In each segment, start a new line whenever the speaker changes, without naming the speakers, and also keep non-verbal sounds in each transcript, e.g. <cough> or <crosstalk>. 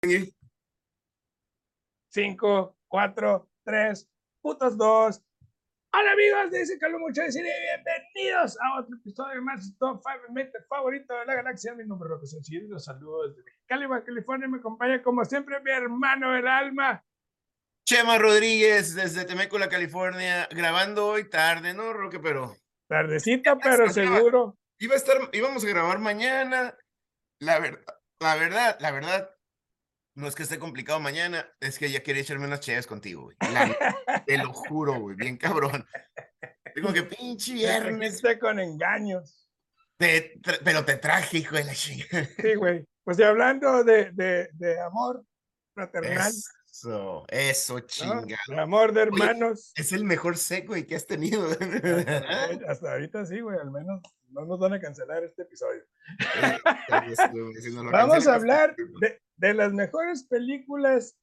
Tengi.
5, 4, 3, putos 2. Hola amigos, dice Carlos Mucho de Cine, bienvenidos a otro episodio más de Top 5 en mente favorito de la galaxia. Mi nombre es Roque Sencillo y los saludos desde Mexicali, Baja California. Me acompaña como siempre mi hermano del alma.
Chema Rodríguez desde Temécula, California, grabando hoy tarde, ¿no, Roque? Pero
Tardecita, pero
está, ya.
seguro.
iba a estar, íbamos a grabar mañana. La verdad, la verdad, la verdad, no es que esté complicado mañana, es que ya quería echarme unas cheves contigo, güey. La neta, te lo juro, güey, bien cabrón. Digo que pinche viernes,
Viernes. con engaños.
te tra- pero te traje, hijo de la chingada.
Sí, güey. Pues y hablando de, de, de amor fraternal,
Eso, eso,
¿no?
chinga.
de amor de
<laughs>
hermanos.
Es el mejor set, güey, que has tenido.
<laughs>
<laughs>
Hasta ahorita- hasta ahorita sí, güey, al menos no nos van a cancelar este episodio. Vamos a hablar de, de las mejores películas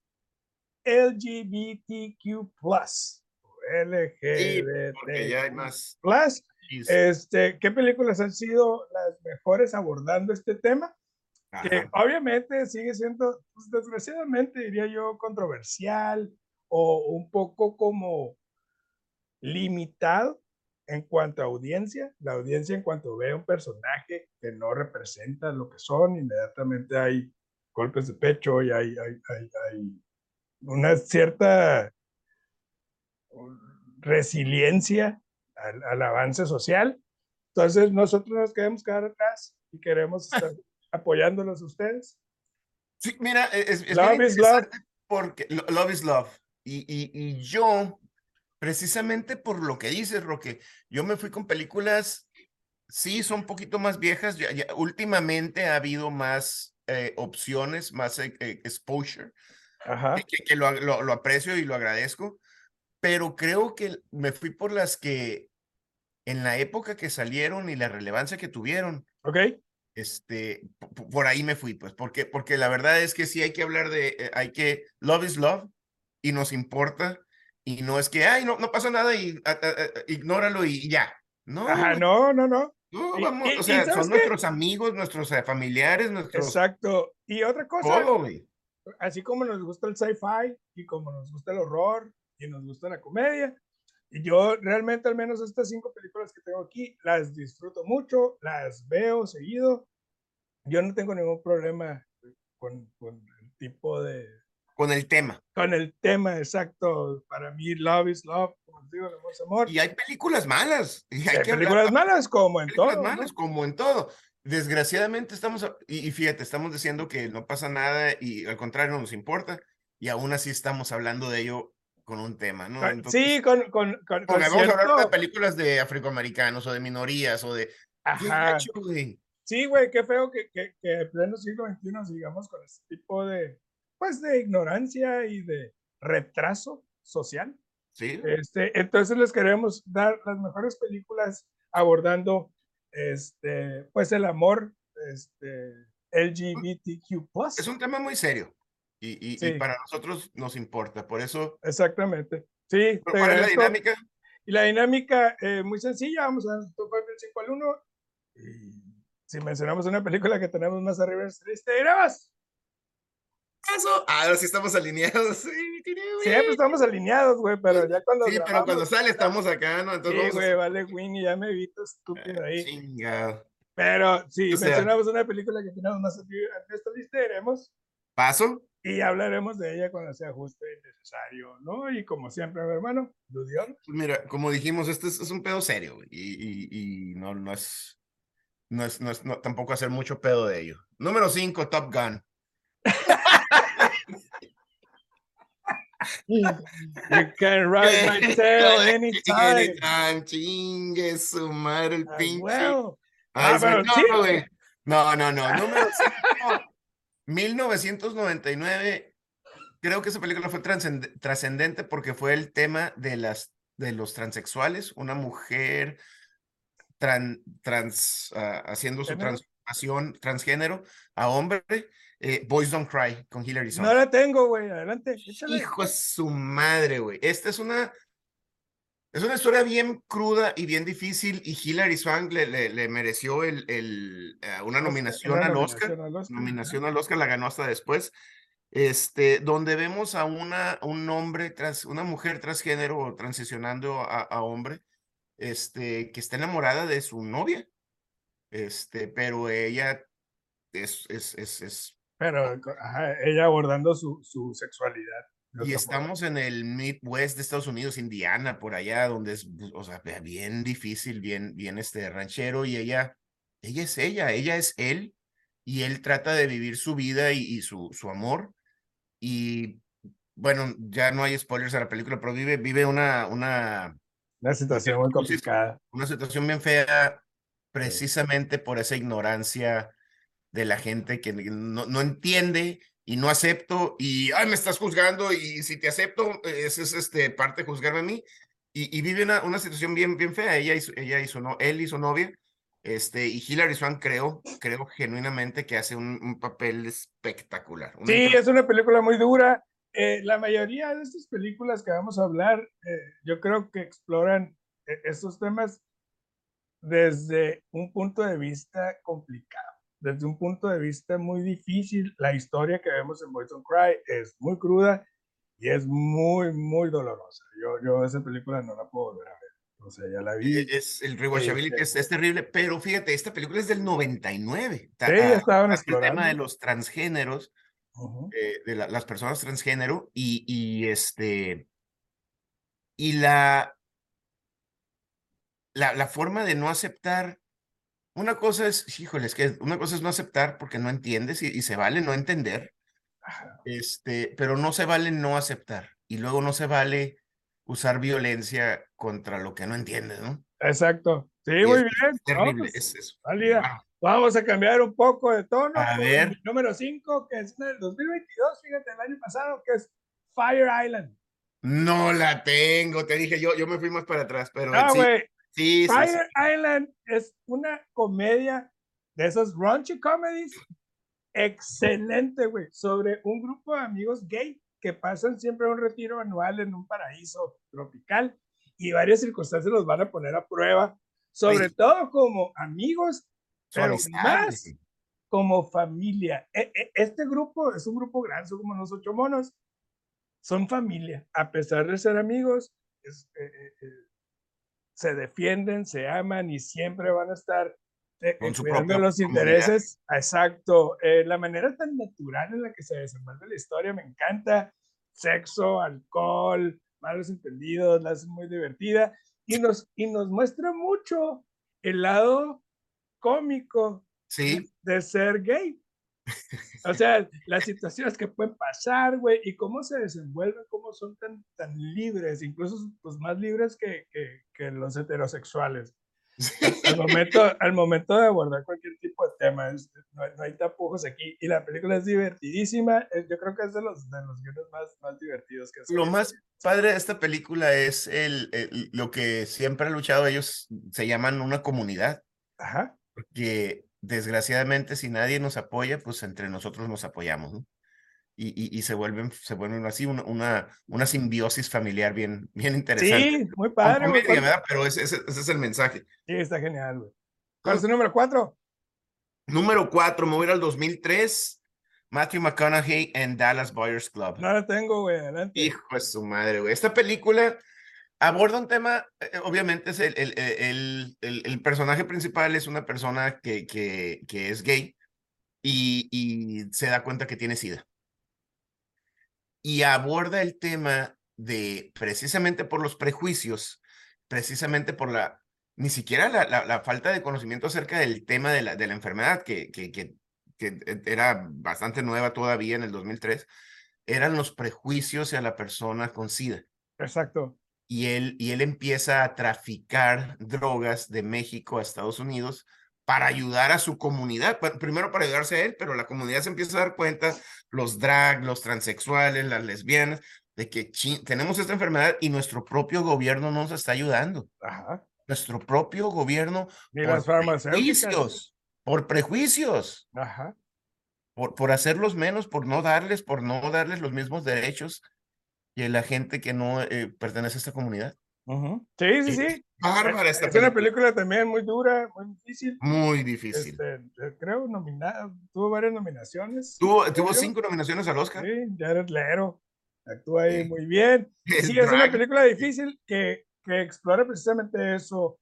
LGBTQ+. o Eh,
Porque ya hay más.
LGBTQ+. Este, ¿Qué películas han sido las mejores abordando este tema? Que
Ajá.
obviamente sigue siendo, pues, desgraciadamente diría yo, controversial o un poco como limitado en cuanto a audiencia. La audiencia en cuanto ve a un personaje que no representa lo que son, inmediatamente hay golpes de pecho y hay, hay- hay- hay una cierta uh, resiliencia al, al avance social. Entonces nosotros nos queremos quedar atrás y queremos estar apoyándolos a ustedes.
Sí, mira, e- es, es bien
Love is love.
interesante porque lo- love is love. Y, y, y yo, precisamente por lo que dices, Roque, yo me fui con películas, sí, son un poquito más viejas. ya- ya últimamente ha habido más eh, opciones, más eh, eh, exposure.
Ajá.
que- que, que lo, ag- lo- lo aprecio y lo agradezco, pero creo que me fui por las que en la época que salieron y la relevancia que tuvieron,
Ok.
este, po- po- por ahí me fui, pues, porque, porque la verdad es que sí hay que hablar de, eh, hay que, love is love, y nos importa, y no es que, ay, no, no pasa nada, y ah, ah, ah, ignóralo y ya. No,
Ajá, no, no, no.
no,
y-
vamos,
y- y
o sea,
¿sabes
son
qué?
nuestros amigos, nuestros eh, familiares, nuestros...
Exacto. Y otra cosa,
Todo, güey.
así como nos gusta el sci-fi y como nos gusta el horror y nos gusta la comedia, y yo realmente al menos estas cinco películas que tengo aquí las disfruto mucho, las veo seguido. Yo no tengo ningún problema con, con el tipo de,
Con el tema.
con el tema exacto. Para mí, love is love, como les digo, el amor es amor.
Y hay películas malas. Y hay
Hay
que hablar-
películas malas como en
películas
todo. ¿no?
malas, como en todo. Desgraciadamente estamos, a- y, y fíjate, estamos diciendo que no pasa nada y al contrario nos importa, y aún así estamos hablando de ello con un tema, ¿no?
Con-
Entonces,
sí, con, con, con, con
porque vamos a hablar de
cierto-
películas de afroamericanos o de minorías o de... Qué
Ajá.
gacho, güey.
Sí, güey, qué feo que, que, que en pleno siglo XXI sigamos con ese tipo de, pues, de ignorancia y de retraso social.
Sí,
Este, entonces les queremos dar las mejores películas abordando, este, pues, el amor, este, LGBTQ+.
Pues, es un tema muy serio. Y, y- y
Sí.
para nosotros nos importa, por eso...
Exactamente. Sí, te
¿Cuál es la
agradezco.
dinámica?
Y la dinámica eh, muy sencilla, vamos a tocar del 5 al 1. Y si mencionamos una película que tenemos más arriba en esta lista, dirás,
Eso, Ahora sí estamos alineados. Sí,
Siempre estamos alineados, güey, pero ya cuando.
Sí, pero
grabamos-
cuando sale estamos acá, ¿no? Entonces
Sí,
vamos a-
güey, vale, Winnie, ya me evito estúpido ahí.
Chingado.
Pero si
O sea-
mencionamos una película que tenemos más arriba en esta lista, iremos
¿Paso?
y hablaremos de ella cuando sea justo y necesario, ¿no? Y como siempre, mi hermano, Dudión.
Pues Mira, como dijimos, este es, es un pedo serio güey, y, y- y no, no es, no es, no es no- tampoco hacer mucho pedo de ello. Número 5, Top Gun.
You
<laughs>
can ride my tail
eh,
anytime.
Anytime, ah, chingue su madre el
Ah,
pinche.
well.
Ay,
Ah,
güey,
pero
no,
sí.
güey. no, no, no. Número
<laughs>
5, 1999. Creo que esa película fue transcend- trascendente porque fue el tema de, las, de los transexuales, una mujer tran- trans, ah, haciendo su
Género.
transformación transgénero a hombre. eh, Boys Don't Cry con Hilary Swank.
No la tengo, güey. Adelante. échale.
Hijo de su madre, güey. Esta es una. Es una historia bien cruda y bien difícil. Y Hilary Swank le, le, le mereció el, el, eh, una nominación
Pues, Una
al Oscar.
nominación al Oscar.
Nominación al Oscar, la ganó hasta después. este, donde vemos a una, un hombre, trans, una mujer transgénero o transicionando a, a hombre, este, que está enamorada de su novia, este, pero ella es, es, es, es
Pero ajá, ella abordando su, su sexualidad.
y estamos en el Midwest de Estados Unidos, Indiana, por allá, donde es, pues, o sea, bien difícil, bien, bien este ranchero, y ella, ella es ella, ella es él, y él trata de vivir su vida y, y su, su amor, y bueno, ya no hay spoilers a la película, pero vive, vive una, una,
Una situación muy complicada.
una situación bien fea precisamente por esa ignorancia de la gente que no, no entiende y no acepto y, ay, me estás juzgando y si te acepto, esa es este, parte de juzgarme a mí. Y, y vive una, una situación bien, bien fea. Ella hizo, ella hizo, no, él hizo novia. Este, y Hilary Swank creo, creo genuinamente que hace un, un papel espectacular. Una
Sí,
inter-
es una película muy dura. Eh, la mayoría de estas películas que vamos a hablar, eh, yo creo que exploran eh, estos temas desde un punto de vista complicado, desde un punto de vista muy difícil. La historia que vemos en Boys Don't Cry es muy cruda y es muy, muy dolorosa. Yo, yo esa película no la puedo volver a ver. O sea, ya la vi.
eh, es, el rewatchability
sí.
es, es terrible, pero fíjate, esta película es del 99. Ta-
Sí,
ah,
ya estaban
hace el tema de
explorando.
los transgéneros
Ujú.
eh, de la- las personas transgénero y, y este y la, la la forma de no aceptar una cosa es híjole es que una cosa es no aceptar porque no entiendes y, y se vale no entender
Ajá.
este pero no se vale no aceptar y luego no se vale usar violencia contra lo que no entiendes no
Exacto. Sí,
Y
muy
es-
bien.
es
¿no?
terrible
Ah, Pues,
es, Ah, es-
válida.
wow.
Vamos a cambiar un poco de tono.
A
con
ver.
el número 5, que es una del 2022, fíjate, el año pasado, que es Fire Island.
no la tengo te dije yo yo me fui más para atrás pero
No,
sí,
Ah, güey.
sí, sí, sí.
Fire Island es una comedia de esas raunchy comedies. Excelente, güey. Sobre un grupo de amigos gay que pasan siempre un retiro anual en un paraíso tropical y varias circunstancias los van a poner a prueba. Sobre
Oye.
todo como amigos
Su
pero
amistad,
más-
güey.
como familia. E- e- Este grupo es un grupo grande, son como unos ocho monos. Son familia, a pesar de ser amigos, es- eh, eh, eh, se defienden, se aman y siempre van a estar eh,
Con
eh,
su
cuidando
propia
los
comunidad.
intereses. Exacto. eh, la manera tan natural en la que se desenvuelve la historia me encanta. Sexo, alcohol, malos entendidos, la hace muy divertida y nos, y nos muestra mucho el lado cómico
sí
de ser gay. O sea, las situaciones que pueden pasar, güey, y cómo se desenvuelven, cómo son tan, tan libres, incluso pues, más libres que, que- que los heterosexuales.
<laughs>
Al momento, al momento de abordar cualquier tipo de tema, es- no, hay- no hay tapujos aquí. Y la película es divertidísima. eh, Yo creo que es de los, de los guiones más, más divertidos que
Lo
escribe.
más padre de esta película es el, el- lo que siempre han luchado ellos, se llaman una comunidad,
Ajá.
que desgraciadamente si nadie nos apoya, pues entre nosotros nos apoyamos, ¿no? Y, y, y se vuelven, se vuelven así una, una, una simbiosis familiar bien, bien interesante.
Sí, muy
Con
padre. güey,
comedia,
¿cuál-
¿verdad? Pero ese, ese- ese es el mensaje.
Sí, está genial, güey. ¿Cuál es el número cuatro?
Número cuatro, me voy a ir al 2003, Matthew McConaughey and Dallas Buyers Club.
No la tengo, güey. Adelante.
Hijo de su madre, güey. Esta película aborda un tema, eh, obviamente es el, el, el- el- el personaje principal es una persona que, que, que es gay y, y se da cuenta que tiene sida. Y aborda el tema de, precisamente por los prejuicios, precisamente por la, ni siquiera la, la, la falta de conocimiento acerca del tema de la, de la enfermedad, que, que, que, que eh, era bastante nueva todavía en el 2003, eran los prejuicios hacia la persona con sida
Exacto.
y él, y él empieza a traficar drogas de México a Estados Unidos para ayudar a su comunidad, pa- primero para ayudarse a él, pero la comunidad se empieza a dar cuenta, los drag, los transexuales, las lesbianas, de que chin- tenemos esta enfermedad y nuestro propio gobierno no nos está ayudando.
Ajá.
Nuestro propio gobierno
Ni
por
las farmacéuticas.
prejuicios, por prejuicios,
Ajá.
por, por hacerlos menos, por no darles, por no darles los mismos derechos que la gente que no eh, pertenece a esta comunidad.
Ujú. Sí, sí,
Sí.
sí.
Bárbara
Es
esta
una
película.
película también muy dura, muy difícil.
Muy difícil.
Este, eh, creo nominada, tuvo varias nominaciones.
Tuvo, tuvo
serio?
cinco nominaciones al Oscar.
Sí, Jared Leto actúa ahí
Sí.
muy
<laughs>
bien. Y
El
Sí, es una
drag.
película difícil que, que explora precisamente eso.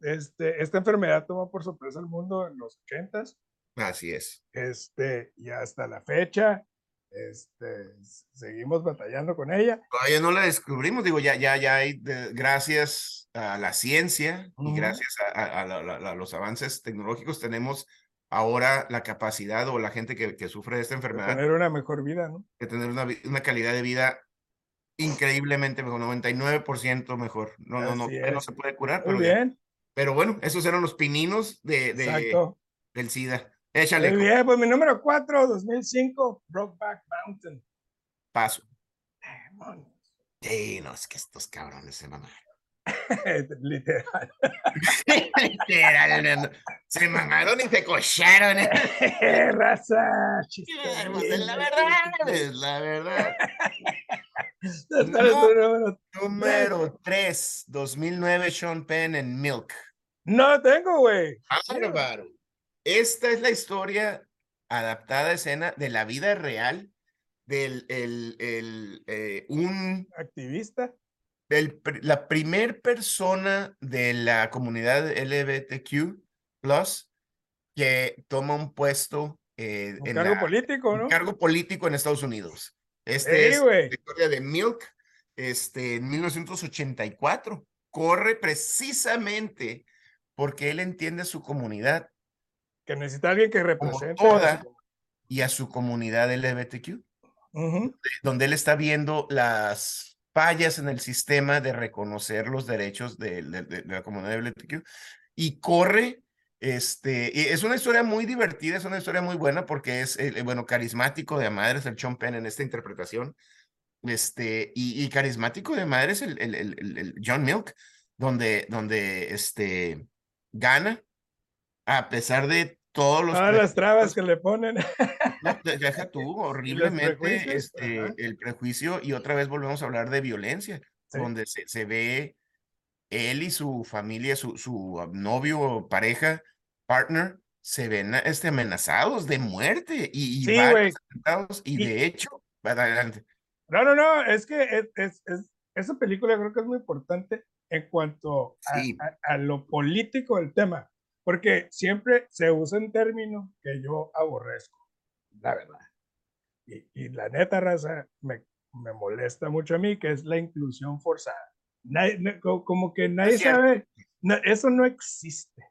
Este, esta enfermedad tomó por sorpresa al mundo en los ochentas,
Así es.
este, y hasta la fecha, este, s- seguimos batallando con ella.
Todavía no la descubrimos, digo, ya, ya, ya hay, de- gracias a la ciencia y
Ujú.
gracias a, a- a la- la- la- los avances tecnológicos tenemos ahora la capacidad o la gente que, que sufre de esta
de
enfermedad
tener una mejor vida, ¿no?
de tener una, vi- una calidad de vida increíblemente mejor, 99% mejor. No, no, no,
Así
todavía no
es.
se puede curar,
Muy
pero, ya.
bien,
pero bueno, esos eran los pininos de, de-
exacto.
del SIDA. Échale,
Muy bien, pues mi número 4, 2005, Brokeback Mountain.
paso.
Demonios.
Sí, no, es que estos cabrones se mamaron.
<laughs>
<laughs>
Literal. <laughs>
Literal, no, no. se mamaron y
<laughs>
se cocharon. <laughs> ¿eh?
¡Eh, raza! chiste
Claro, pues,
horrible,
es
chiste <laughs>
la verdad,
horrible.
es la verdad.
Ya está nuestro Este número.
Número 3, 2009, Sean Penn en Milk.
No lo tengo, güey.
Ah, Bárbaro. Esta es la historia adaptada a escena de la vida real del el, el, eh, un,
Activista.
del pr- la primer persona de la comunidad LGBTQ que toma un puesto eh,
Un
en
cargo
la-
político,
un
¿no?
cargo político en Estados Unidos. Este
Sí,
es
güey.
la historia de Milk, este, en 1984. Corre precisamente porque él entiende a su comunidad
Que necesita alguien que
como
represente. a
toda
su-
y a su comunidad LGBTQ,
Ujú.
donde él está viendo las fallas en el sistema de reconocer los derechos de, de- de- de la comunidad LGBTQ y corre. Este, y es una historia muy divertida, es una historia muy buena porque es, eh, bueno, carismático de a madres el Sean Penn en esta interpretación. este, y, y carismático de madre es el, el, el- el- el John Milk, donde, donde este, gana a pesar de todos los...
Todas las trabas
prejuicios,
que le ponen.
¿no? De- Deja
<laughs>
tú horriblemente
prejuicios,
este,
ajá.
el prejuicio y otra vez volvemos a hablar de violencia,
Sí.
donde se, se ve él y su familia, su, su ah, novio o pareja, partner, se ven ah, este, amenazados de muerte y, y
Sí,
varios
güey.
atentados, y
Y-
de hecho, adelante.
No, no, no. Es que es- es- es- esa película creo que es muy importante en cuanto a,
Sí.
a- a lo político del tema. Porque siempre se usan términos que yo aborrezco. La verdad. y, y la neta raza me, me molesta mucho a mí, que es la inclusión forzada. Nadie- na- co- como que nadie
cierto.
sabe, na- eso no existe.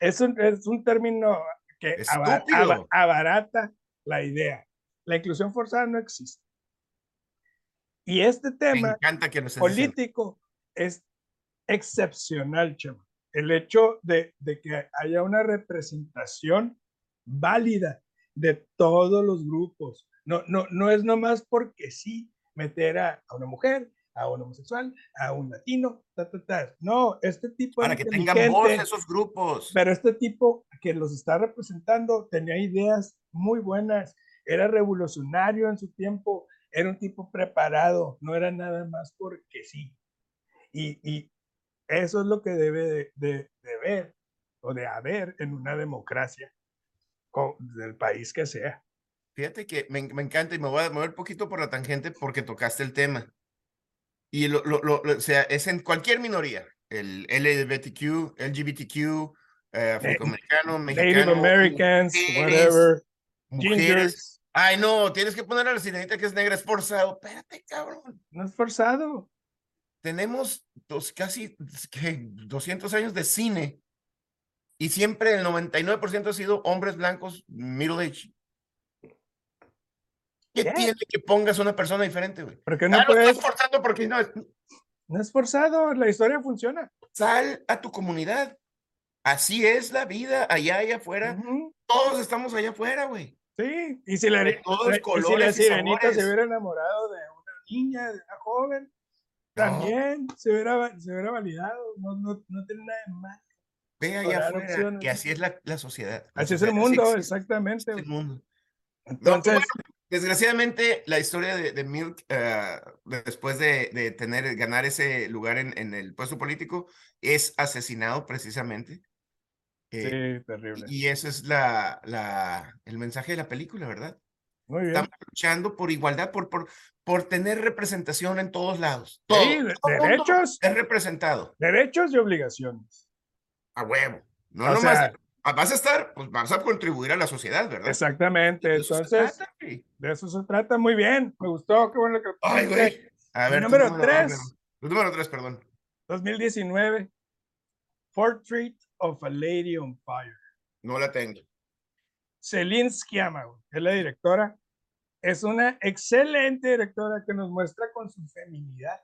Es un, es un término que aba- aba-
Estúpido.
abarata la idea. La inclusión forzada no existe. Y este
Me
tema
encanta que nos estés diciendo.
político es excepcional, chama. El hecho de, de que haya una representación válida de todos los grupos. No, no, no es nomás porque sí meter a, a una mujer, a un homosexual, a un latino, ta, ta, ta. No, este tipo
para
de
que tengan voz
inteligente,
esos grupos.
pero este tipo que los está representando tenía ideas muy buenas, era revolucionario en su tiempo, era un tipo preparado, no era nada más porque sí. Y, y eso es lo que debe de, de- de ver o de haber en una democracia, o del país que sea.
Fíjate que me, en- me encanta y me voy a mover un poquito por la tangente porque tocaste el tema. Y lo, lo- lo- lo- o sea, es en cualquier minoría, el LGBTQ, LGBTQ, eh, afroamericano,
Native
mexicano,
Americans,
mujeres,
whatever,
mujeres.
gingers,
Ay, no, tienes que poner a la sirenita que es negra, es forzado. Espérate, cabrón.
no es forzado.
Tenemos dos, casi ¿qué? 200 años de cine y siempre el 99% ha sido hombres blancos middle age. ¿Qué
Ya.
tiene que pongas una persona diferente, güey?
Porque no
Ah, lo
puedes,
estás forzando porque no. es-
no es forzado, la historia funciona.
Sal a tu comunidad. Así es la vida allá, allá afuera.
Ujú.
Todos estamos allá afuera, güey.
Sí, y si la,
De
ni-
todos
la- y si la
colores y
sirenita
sabores.
se hubiera enamorado de una niña, de una joven,
No,
también se hubiera, va- se hubiera validado. No, no, no tiene nada de malo.
ve allá
explorar
afuera.
opciones.
Y así es la, la sociedad. La
Así es el
sociedad, así
mundo, este.
existe
Eh, exactamente.
el
güey.
mundo. No, pues
Entonces,
Desgraciadamente, la historia de, de Milk, eh, después de, de tener, ganar ese lugar en, en el puesto político, es asesinado precisamente. Eh,
Sí, terrible.
Y ese es la, la, el mensaje de la película, ¿verdad?
Muy bien.
Estamos luchando por igualdad, por, por, por tener representación en todos Eh, lados. Todo,
Sí, de-
todo mundo
derechos,
es representado
derechos y obligaciones.
a huevo. No
O
nomás
sea-
ah, vas a estar, pues vas a contribuir a la sociedad, ¿verdad?
Exactamente.
De eso se
Entonces,
trata, güey.
de eso se trata. Muy bien. Me gustó. Qué bueno que.
Ay, güey. A
Y
ver, tu
número tres.
perdón. Tu número tres, perdón.
2019. Portrait of a Lady on Fire.
No la tengo.
Celine Sciamma, güey, es la directora. Es una excelente directora que nos muestra con su feminidad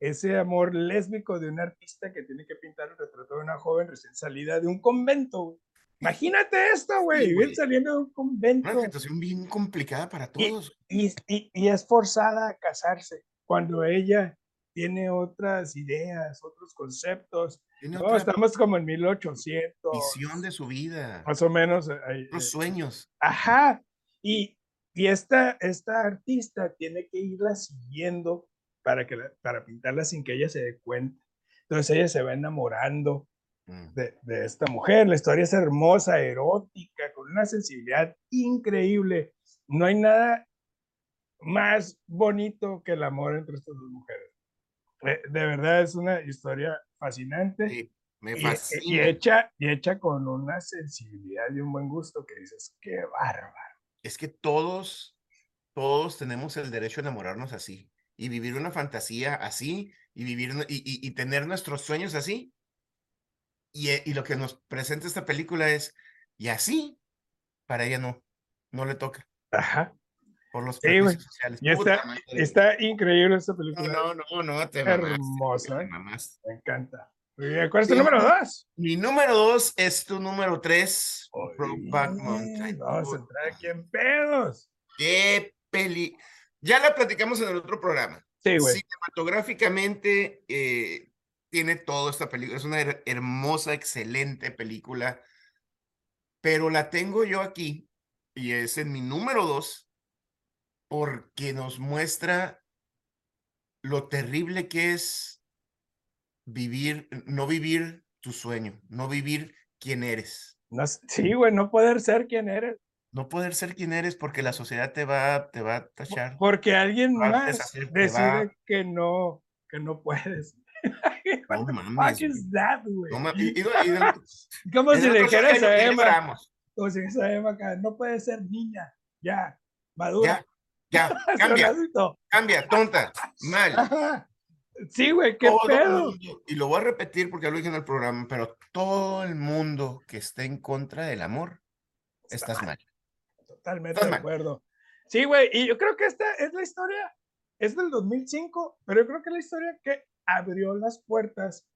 ese amor lésbico de un artista que tiene que pintar el retrato de una joven recién salida de un convento. güey. Imagínate esto, güey,
Sí,
vivir
güey.
saliendo de un
Una
convento
situación bien complicada para
Y-
todos.
y, y- y es forzada a casarse cuando ella tiene otras ideas, otros conceptos.
Tiene
No,
otra
estamos como en 1800,
visión de su vida,
más o menos. eh, eh,
otros sueños.
Ajá. Y, y esta, esta artista tiene que irla siguiendo para, que la- para pintarla sin que ella se dé cuenta. Entonces ella se va enamorando
Mm.
de, de esta mujer. La historia es hermosa, erótica, con una sensibilidad increíble. No hay nada más bonito que el amor entre estas dos mujeres. Eh, De verdad es una historia fascinante
Sí, me
y- y,
fascina.
hecha, y hecha con una sensibilidad y un buen gusto que dices, qué bárbaro.
Es que todos, todos tenemos el derecho a enamorarnos así y vivir una fantasía así y vivir nue- y, y- y tener nuestros sueños así. Y, eh, y lo que nos presenta esta película es, y así, para ella no, no le toca
Ajá.
por los
güey.
prejuicios sociales.
Y
Puta
está-
madre, güey.
Está increíble esta
No,
película.
no, no, no, te mamaste,
hermosa.
te
¿eh?
mamaste.
Me encanta. Muy bien, ¿Cuál es tu
Sí.
número dos?
Mi número dos es tu número tres, Brokeback
Oye,
Mountain.
Vamos a
Puta
entrar aquí en pedos.
Qué peli. Ya la platicamos en el otro programa.
Sí, güey.
Cinematográficamente eh, tiene todo esta película. Es una her- hermosa, excelente película. Pero la tengo yo aquí y es en mi número dos porque nos muestra lo terrible que es vivir, no vivir tu sueño, no vivir quien eres.
No, s- sí, güey, no poder ser quien eres.
No poder ser quien eres porque la sociedad te va, te va a
po-
tachar.
Porque alguien
Vas a
más
deshacerte,
decide
va.
que no, que no puedes.
No
What the
mames,
fuck
güey.
is that, güey?
No ma- y- y no- y no-
Como Pues,
es
si le eh,
otra saga de
dijeras a
Miguel
Emma,
Ramos.
como si le dijeras a Emma acá, no puedes ser niña, ya, madura. <laughs>
Ya, ya,
ser
cambia,
adulto".
cambia, tonta, mal.
Ajá. Sí, güey, Ah, qué
Todo el
pedo.
mundo, y lo voy a repetir porque ya lo dije en el programa, pero todo el mundo que esté en contra del amor,
Está
estás mal.
Totalmente
Estás
de
mal.
acuerdo. Sí, güey, y yo creo que esta es la historia, es del 2005, pero yo creo que es la historia que abrió las puertas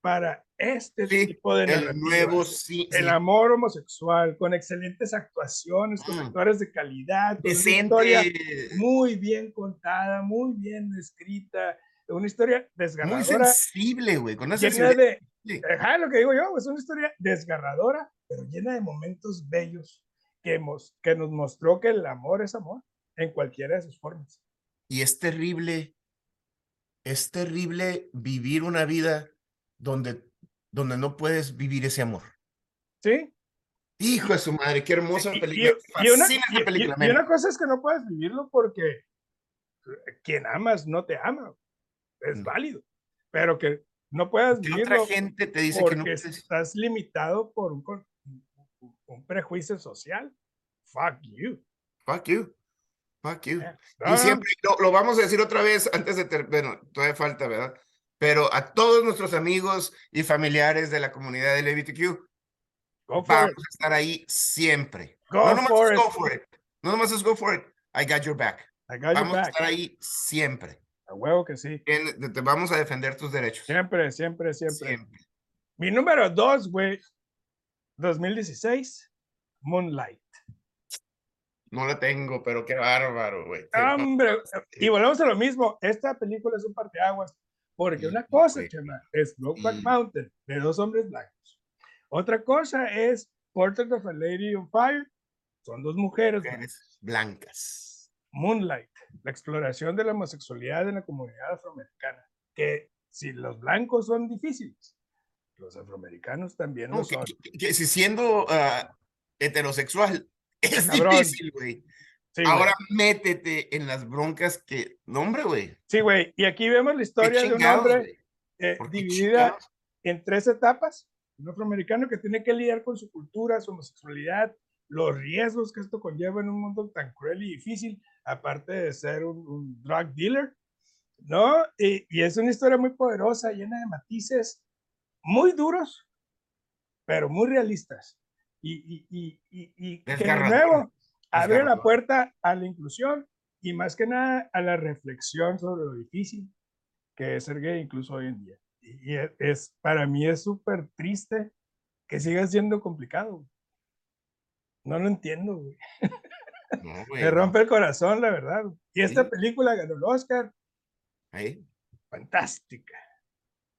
para este
Sí,
tipo de
El nuevo
narrativas.
sí,
El
sí,
amor homosexual, con excelentes actuaciones, con
Mm.
actores de calidad, con una historia
decente,
muy bien contada, muy bien escrita, una historia
muy
desgarradora,
sensible, güey, con una
llena
sensibilidad.
de,
Sí.
Ajá, lo que digo yo, es una historia desgarradora, pero llena de momentos bellos que, mos- que nos mostró que el amor es amor en cualquiera de sus formas.
Y es terrible, es terrible vivir una vida donde, donde no puedes vivir ese amor.
¿Sí?
Hijo de su madre, qué hermosa
Y- y-
película.
y una-
Fascina
y-
esa
y-
película,
y
men.
una cosa es que no puedes vivirlo porque quien amas no te ama. Es
No.
válido. Pero que no puedas
Que Mm. otra
vivirlo
gente te dice que
porque
no puedes.
estás limitado por un, con- un- un prejuicio social. Fuck you.
Fuck you. Fuck you.
No,
Y
no,
siempre lo, lo vamos a decir otra vez antes de ter- Bueno, todavía falta, ¿verdad? Pero a todos nuestros amigos y familiares de la comunidad LGBTQ,
go for
vamos
it.
a estar ahí siempre.
Go
no nomás
for
es
it.
go for it. No nomás es go for it. I got your back.
I got your
vamos a
back.
estar ahí siempre.
A huevo que sí.
En- te- te vamos a defender tus derechos.
Siempre, siempre, siempre.
Siempre.
Mi número dos, güey. 2016, Moonlight.
No la tengo, pero qué bárbaro, güey. Qué bárbaro.
Hombre, eh, y volvemos a lo mismo. Esta película es un parteaguas. Porque una
Sí, Mm.
cosa,
güey.
Chema, es Brokeback
Sí.
Mountain, de dos hombres blancos. Otra cosa es Portrait of a Lady on Fire. Son dos mujeres. güey.
Mujeres blancas.
Moonlight, la exploración de la homosexualidad en la comunidad afroamericana, que si los blancos son difíciles, los afroamericanos también lo
No, que,
son.
que- que si siendo ah, heterosexual <laughs> es
Cabrón.
difícil, güey.
Sí, güey.
Ahora métete en las broncas que. No, hombre, güey.
Sí, güey. Y aquí vemos la
Qué
historia de un
chingados,
hombre
güey.
eh,
¿Por qué
dividida
chingados?
en tres etapas. Un afroamericano que tiene que lidiar con su cultura, su homosexualidad, los riesgos que esto conlleva en un mundo tan cruel y difícil, aparte de ser un, un drug dealer, ¿no? Y, y es una historia muy poderosa, llena de matices muy duros, pero muy realistas. Y, y- y- y- y que de
Desgarradora,
nuevo abre la
desgarradora.
puerta a la inclusión y más que nada a la reflexión sobre lo difícil que es ser gay incluso hoy en día. Y y e- es, para mí es súper triste que siga siendo complicado. güey. No lo entiendo, güey.
No, güey,
Me
no.
rompe el corazón, la verdad. güey. Y esta
Sí.
película ganó el Oscar.
Ahí.
Fantástica.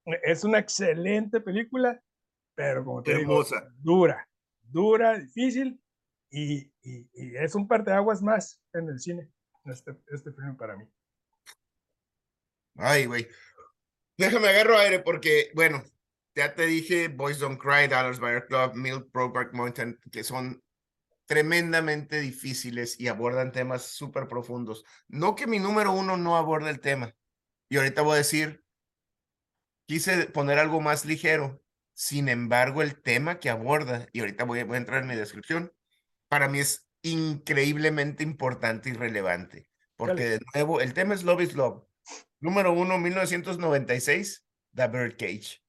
E- Es una excelente película, pero como te digo,
Hermosa.
dura, dura, difícil. Y, y- y es un parteaguas más en el cine, este, este film para mí.
Ay, güey. Déjame agarro aire porque, bueno, ya te dije Boys Don't Cry, Dollars Buyer Club, Milk, Brokeback Mountain, que son tremendamente difíciles y abordan temas súper profundos. No que mi número uno no aborde el tema. Y ahorita voy a decir, quise poner algo más ligero. Sin embargo, el tema que aborda, y ahorita voy a- voy a entrar en mi descripción, para mí es increíblemente importante y relevante. Porque de nuevo, el tema es Love is Love. Número uno, 1996, The Birdcage.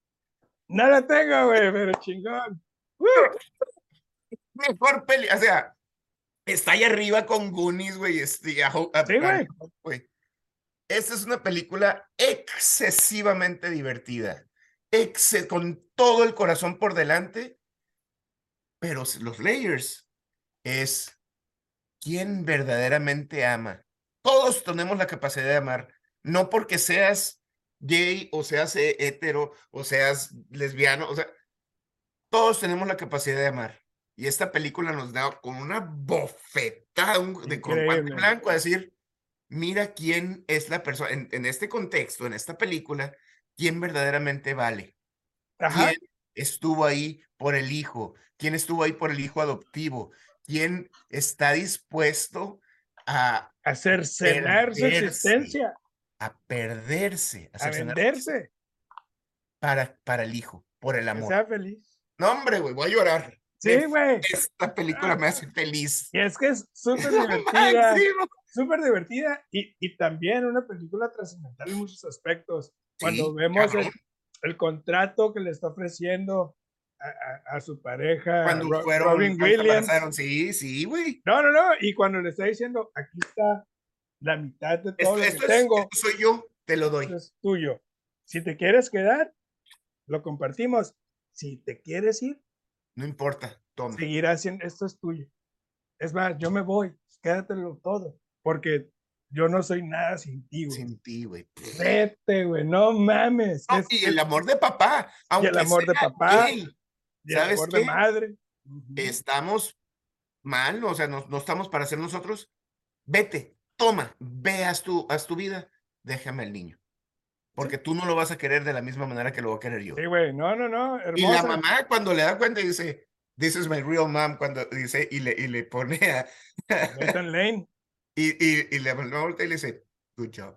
No la tengo, güey, pero chingón. ¡Woo!
Mejor peli, o sea, está ahí arriba con Goonies, güey. Este, y a Ho- a-
Sí,
a-
güey.
güey. Esta es una película excesivamente divertida, exce- con todo el corazón por delante, pero s- los layers es quien verdaderamente ama. Todos tenemos la capacidad de amar, no porque seas gay o seas eh, hetero o seas lesbiano, o sea, todos tenemos la capacidad de amar. Y esta película nos da con una bofetada un- de con guante
Increíble.
blanco a decir, mira quién es la persona, en, en este contexto, en esta película, quién verdaderamente vale,
Ajá.
quién estuvo ahí por el hijo, quién estuvo ahí por el hijo adoptivo, quién está dispuesto a,
hacer cenar su
Perderse.
existencia,
a perderse, a
a
cercenarse
venderse,
para, para el hijo, por el
que
amor.
sea feliz.
No, hombre, güey, voy a llorar.
Sí,
Me-
güey.
Esta película me hace feliz.
Y es que es
<laughs>
súper
Es lo
divertida,
máximo.
súper divertida y, y también una película trascendental en muchos aspectos. Cuando
Sí,
vemos el,
cabrón,
el contrato que le está ofreciendo a, a- a su pareja,
cuando
Ro-
fueron,
Ah, Robin
cuando se
Williams.
abrazaron, sí, sí, güey.
No, no, no. Y cuando le está diciendo, aquí está la mitad de
Esto,
todo lo
esto
que
es-
tengo.
esto soy yo, te lo doy.
esto es tuyo. Si te quieres quedar, lo compartimos. Si te quieres ir,
No importa, toma.
seguirá siendo, esto es tuyo. Es más, yo me voy, quédatelo todo, porque yo no soy nada sin ti, güey.
Sin ti, güey. Pff.
Vete, güey, no mames.
No,
es-
y
es-
el amor de papá. Aunque
amor de
sea
papá,
gay,
y el
¿sabes
amor
qué?
de madre. Ujú.
estamos mal, o sea, no, no estamos para ser nosotros. Vete, toma, ve, haz tu, haz tu vida, déjame al niño. Porque tú no lo vas a querer de la misma manera que lo voy a querer yo.
Sí, güey, no, no, no,
Y la
hermosa.
mamá cuando le da cuenta dice, this is my real mom, cuando dice, y le, y le pone a,
Nathan Lane,
y, y, y le voltea y le dice, good job.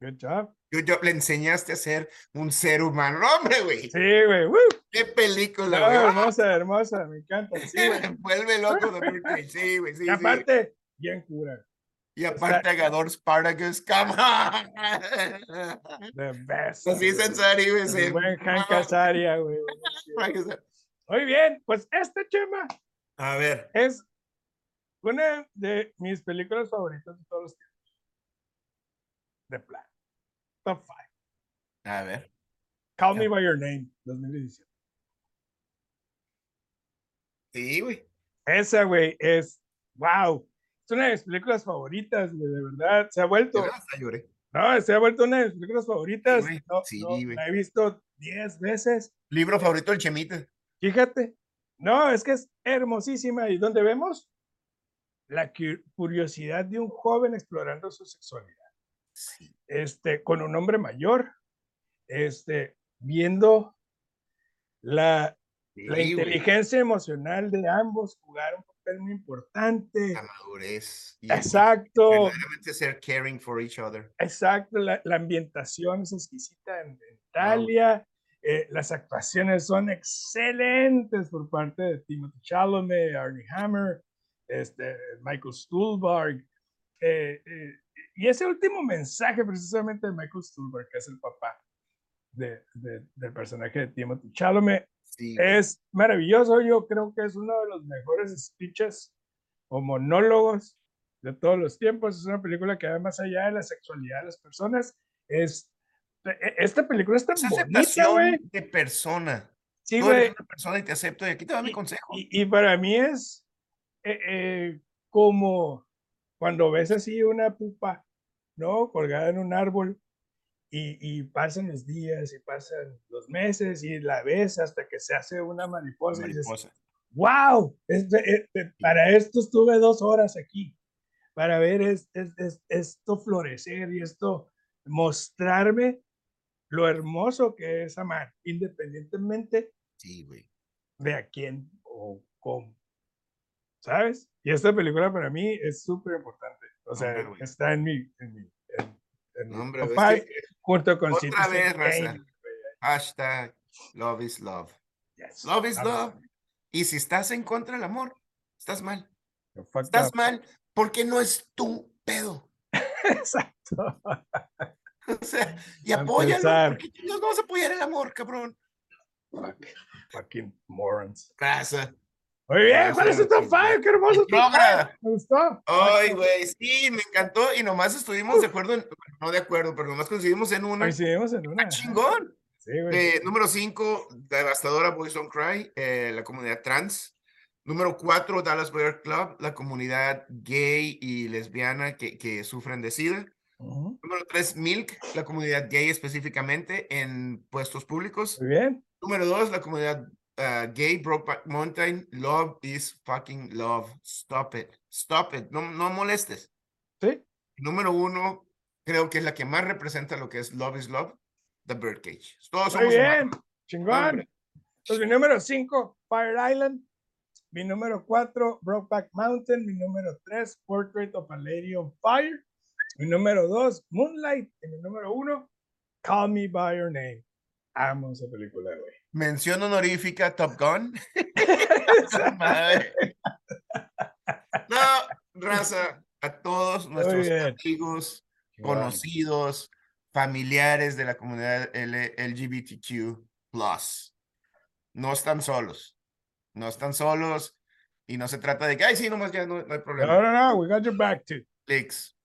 good job.
Good job, le enseñaste a ser un ser humano. ¡No, hombre, güey!
Sí, güey, woo,
¡Qué
no,
película, güey!
hermosa, hermosa, me encanta. Sí,
<laughs>
güey.
Me Vuelve loco
<laughs>
de Birdcage, sí, güey, sí,
Y
sí.
aparte, bien cura,
Y
sea-
aparte Agador Spartacus,
<laughs>
come on.
the best.
Así
güey.
dicen Sari, güey,
El
Pues se-
buen
no,
Hank
<laughs>
Azaria, güey.
para que se-
Muy bien, pues este chema
A ver,
es una de mis películas favoritas de todos los tiempos. De plan. Top 5.
a ver.
Call
Ya.
Me By Your Name, 2017.
Sí, güey.
Esa, güey, es. ¡Wow! Es una de mis películas favoritas, güey, de verdad. Se ha
de
vuelto.
verdad hasta lloré.
No, se ha vuelto una de mis películas favoritas.
güey,
No,
sí,
no,
güey.
la he visto 10 veces.
Libro favorito del Chemita.
Fíjate. No, es que es hermosísima. ¿Y dónde vemos? la cu- curiosidad de un joven explorando su sexualidad.
Sí.
este, con un hombre mayor, este, viendo la, la
Sí, güey,
inteligencia emocional de ambos jugar un papel muy importante.
La madurez. y el
Exacto,
verdaderamente ser caring for each other.
exacto. La, la ambientación es exquisita en, en
Claro.
Italia. eh, las actuaciones son excelentes por parte de Timothy Chalamet, Arnie Hammer, este, Michael Stuhlbarg. eh, eh, y ese último mensaje precisamente de Michael Stuhlbarg, que es el papá de- de- del personaje de Timothy Chalamet,
Sí, güey.
es maravilloso, yo creo que es uno de los mejores speeches o monólogos de todos los tiempos. Es una película que va más allá de la sexualidad de las personas. Es, e- e- esta película es tan
Es
bonita,
aceptación
güey.
de persona.
Sí,
Tú eres
güey.
una persona y te acepto. Y aquí te va mi consejo.
Y, y para mí es eh, eh, como cuando ves así una pupa, ¿no? Colgada en un árbol y, y pasan los días y pasan los meses y la ves hasta que se hace una mariposa. Y pues, dices,
mariposa.
wow, eh, para esto estuve dos horas aquí, para ver es- es- es- esto florecer y esto mostrarme lo hermoso que es amar, independientemente
Sí, güey.
de a quién o cómo, ¿sabes? Y esta película para mí es súper importante, o sea,
Hombre, güey.
está en mi, en mi, en- en mi
No, hombre, güey,
top
es
five,
que
junto con
otra
Citizen
vez, raza.
Kane, güey,
hashtag love is love.
yes, Ah,
Love is
I'm
love. Y si estás en contra del amor, estás mal.
fucked
Estás
up. <laughs>
mal porque no es tu pedo. <laughs>
Exacto.
O sea, y
Para
apóyalo.
empezar.
Porque no vamos a apoyar el amor, cabrón.
Fuck, Fucking morons.
Raza.
Muy bien, ¿cuál es tu
Gracias,
top
Cristina.
5? ¡Qué hermoso top
Droga.
5! Me gustó.
Ay, güey, sí, me encantó. Y nomás estuvimos de acuerdo, en- no de acuerdo, pero nomás coincidimos en una.
Coincidimos en una.
¡Ah, chingón!
Sí, güey.
Eh, número 5, Devastadora Boys Don't Cry, eh, la comunidad trans. Número 4, Dallas Bear Club, la comunidad gay y lesbiana que, que sufren de SIDA.
Ujú.
Número 3, Milk, la comunidad gay específicamente en puestos públicos.
Muy bien.
Número 2, la comunidad ah, gay, Brokeback Mountain, Love is fucking love. Stop it. Stop it. No, no molestes.
Sí.
Número 1, creo que es la que más representa lo que es Love is Love, The Birdcage. Todos
Muy
somos humanos.
bien. Chingón.
Hombre.
Pues mi número 5, Fire Island. Mi número 4, Brokeback Mountain. Mi número 3, Portrait of a Lady on Fire. Mi número 2, Moonlight. Y mi número 1, Call Me By Your Name. Amo esa película,
<laughs>
güey.
Mención honorífica Top
<laughs>
Gun.
Esa-
Madre. No, raza, a todos nuestros
bien.
amigos,
Chingón.
conocidos, familiares de la comunidad L- LGBTQ. No están solos. No están solos. Y no se trata de que, ay, sí, nomás ya no, no hay
No,
problema.
no, no, we got your back, too.
Clics.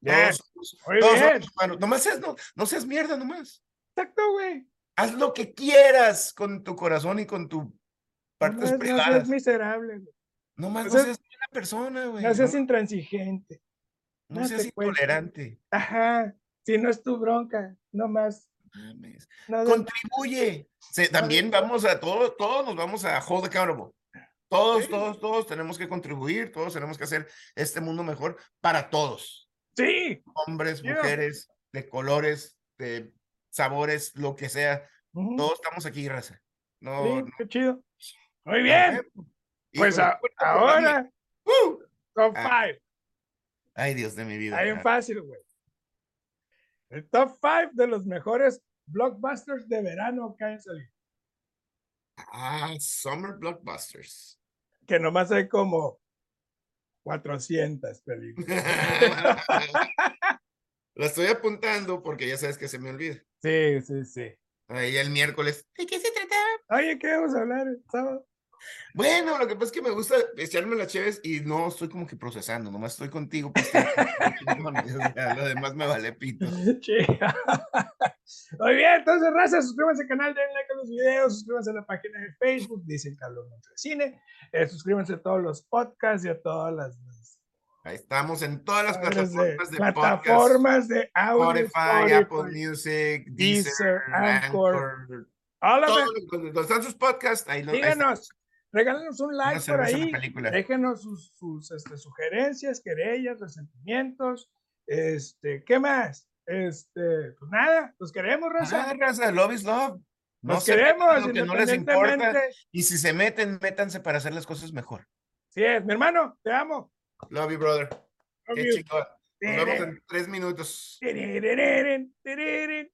Bien,
Todos somos-
muy
todos somos
bien.
humanos. Nomás seas, no, no seas mierda, nomás.
Exacto, güey.
Haz lo que quieras con tu corazón y con tu partes
no, es- no
privadas.
seas miserable, güey.
No más,
No
no
seas-
seas mala persona, güey.
no seas
no-
intransigente.
no
no
seas
te cuentes.
intolerante.
Ajá, si no es tu bronca, no más.
Mames.
No des-
Contribuye. Se- también vamos a todos, todos nos vamos a hold accountable. Todos,
Sí.
todos, todos tenemos que contribuir, todos tenemos que hacer este mundo mejor para todos.
Sí.
Hombres,
Yeah.
mujeres, de colores, de sabores, lo que sea.
ujú,
Todos estamos aquí, raza. No,
sí,
no-
qué chido. Muy
a
bien,
huevo.
pues
Híjole,
a-
puerta por la mía.
ahora
¡Uh!
top
Ah,
5.
Ay, Dios de mi vida.
Ahí en
Ah,
fácil, güey. El top 5 de los mejores blockbusters de verano que han salido.
Ah, Summer
<laughs>
Blockbusters.
Que nomás hay como 400 películas.
La estoy apuntando porque ya sabes que se me olvida.
Sí, sí, sí.
Ahí el miércoles. ¿De qué se trataba?
Oye, ¿qué vamos a hablar el sábado?
Bueno, lo que pasa es que me gusta echarme las chéves y no estoy como que procesando, nomás estoy contigo. Pues, te-
<laughs>
chingones, o sea, lo demás me vale pito.
Chinga. Muy bien, entonces, raza, suscríbanse al canal, denle like a los videos, suscríbanse a la página de Facebook, dicen Carlos Montes Cine, eh, suscríbanse a todos los podcasts y a todas las, las
Ahí estamos en todas las
madres
plataformas de, podcast.
plataformas de audio,
Spotify, Apple
Spotify,
Music,
Deezer,
Deezer,
Anchor,
Anchor.
all of
Todo
it.
lo- donde donde están sus podcasts, ahí lo ahí está.
Díganos, Regálenos un like por
cerveza en la
ahí.
película.
Déjenos sus, sus, este, sugerencias, querellas, resentimientos. Este, ¿qué más? Este, pues nada, los queremos, Raza.
Ah, raza, love is love. No
Nos
se metan
queremos,
en lo que no les importa.
independientemente.
Y si se meten, métanse para hacer las cosas mejor.
Sí, es, mi hermano, te amo.
Love you, brother. Qué
Love you.
chingón. Nos vemos en tres minutos.
Terereren, terereren.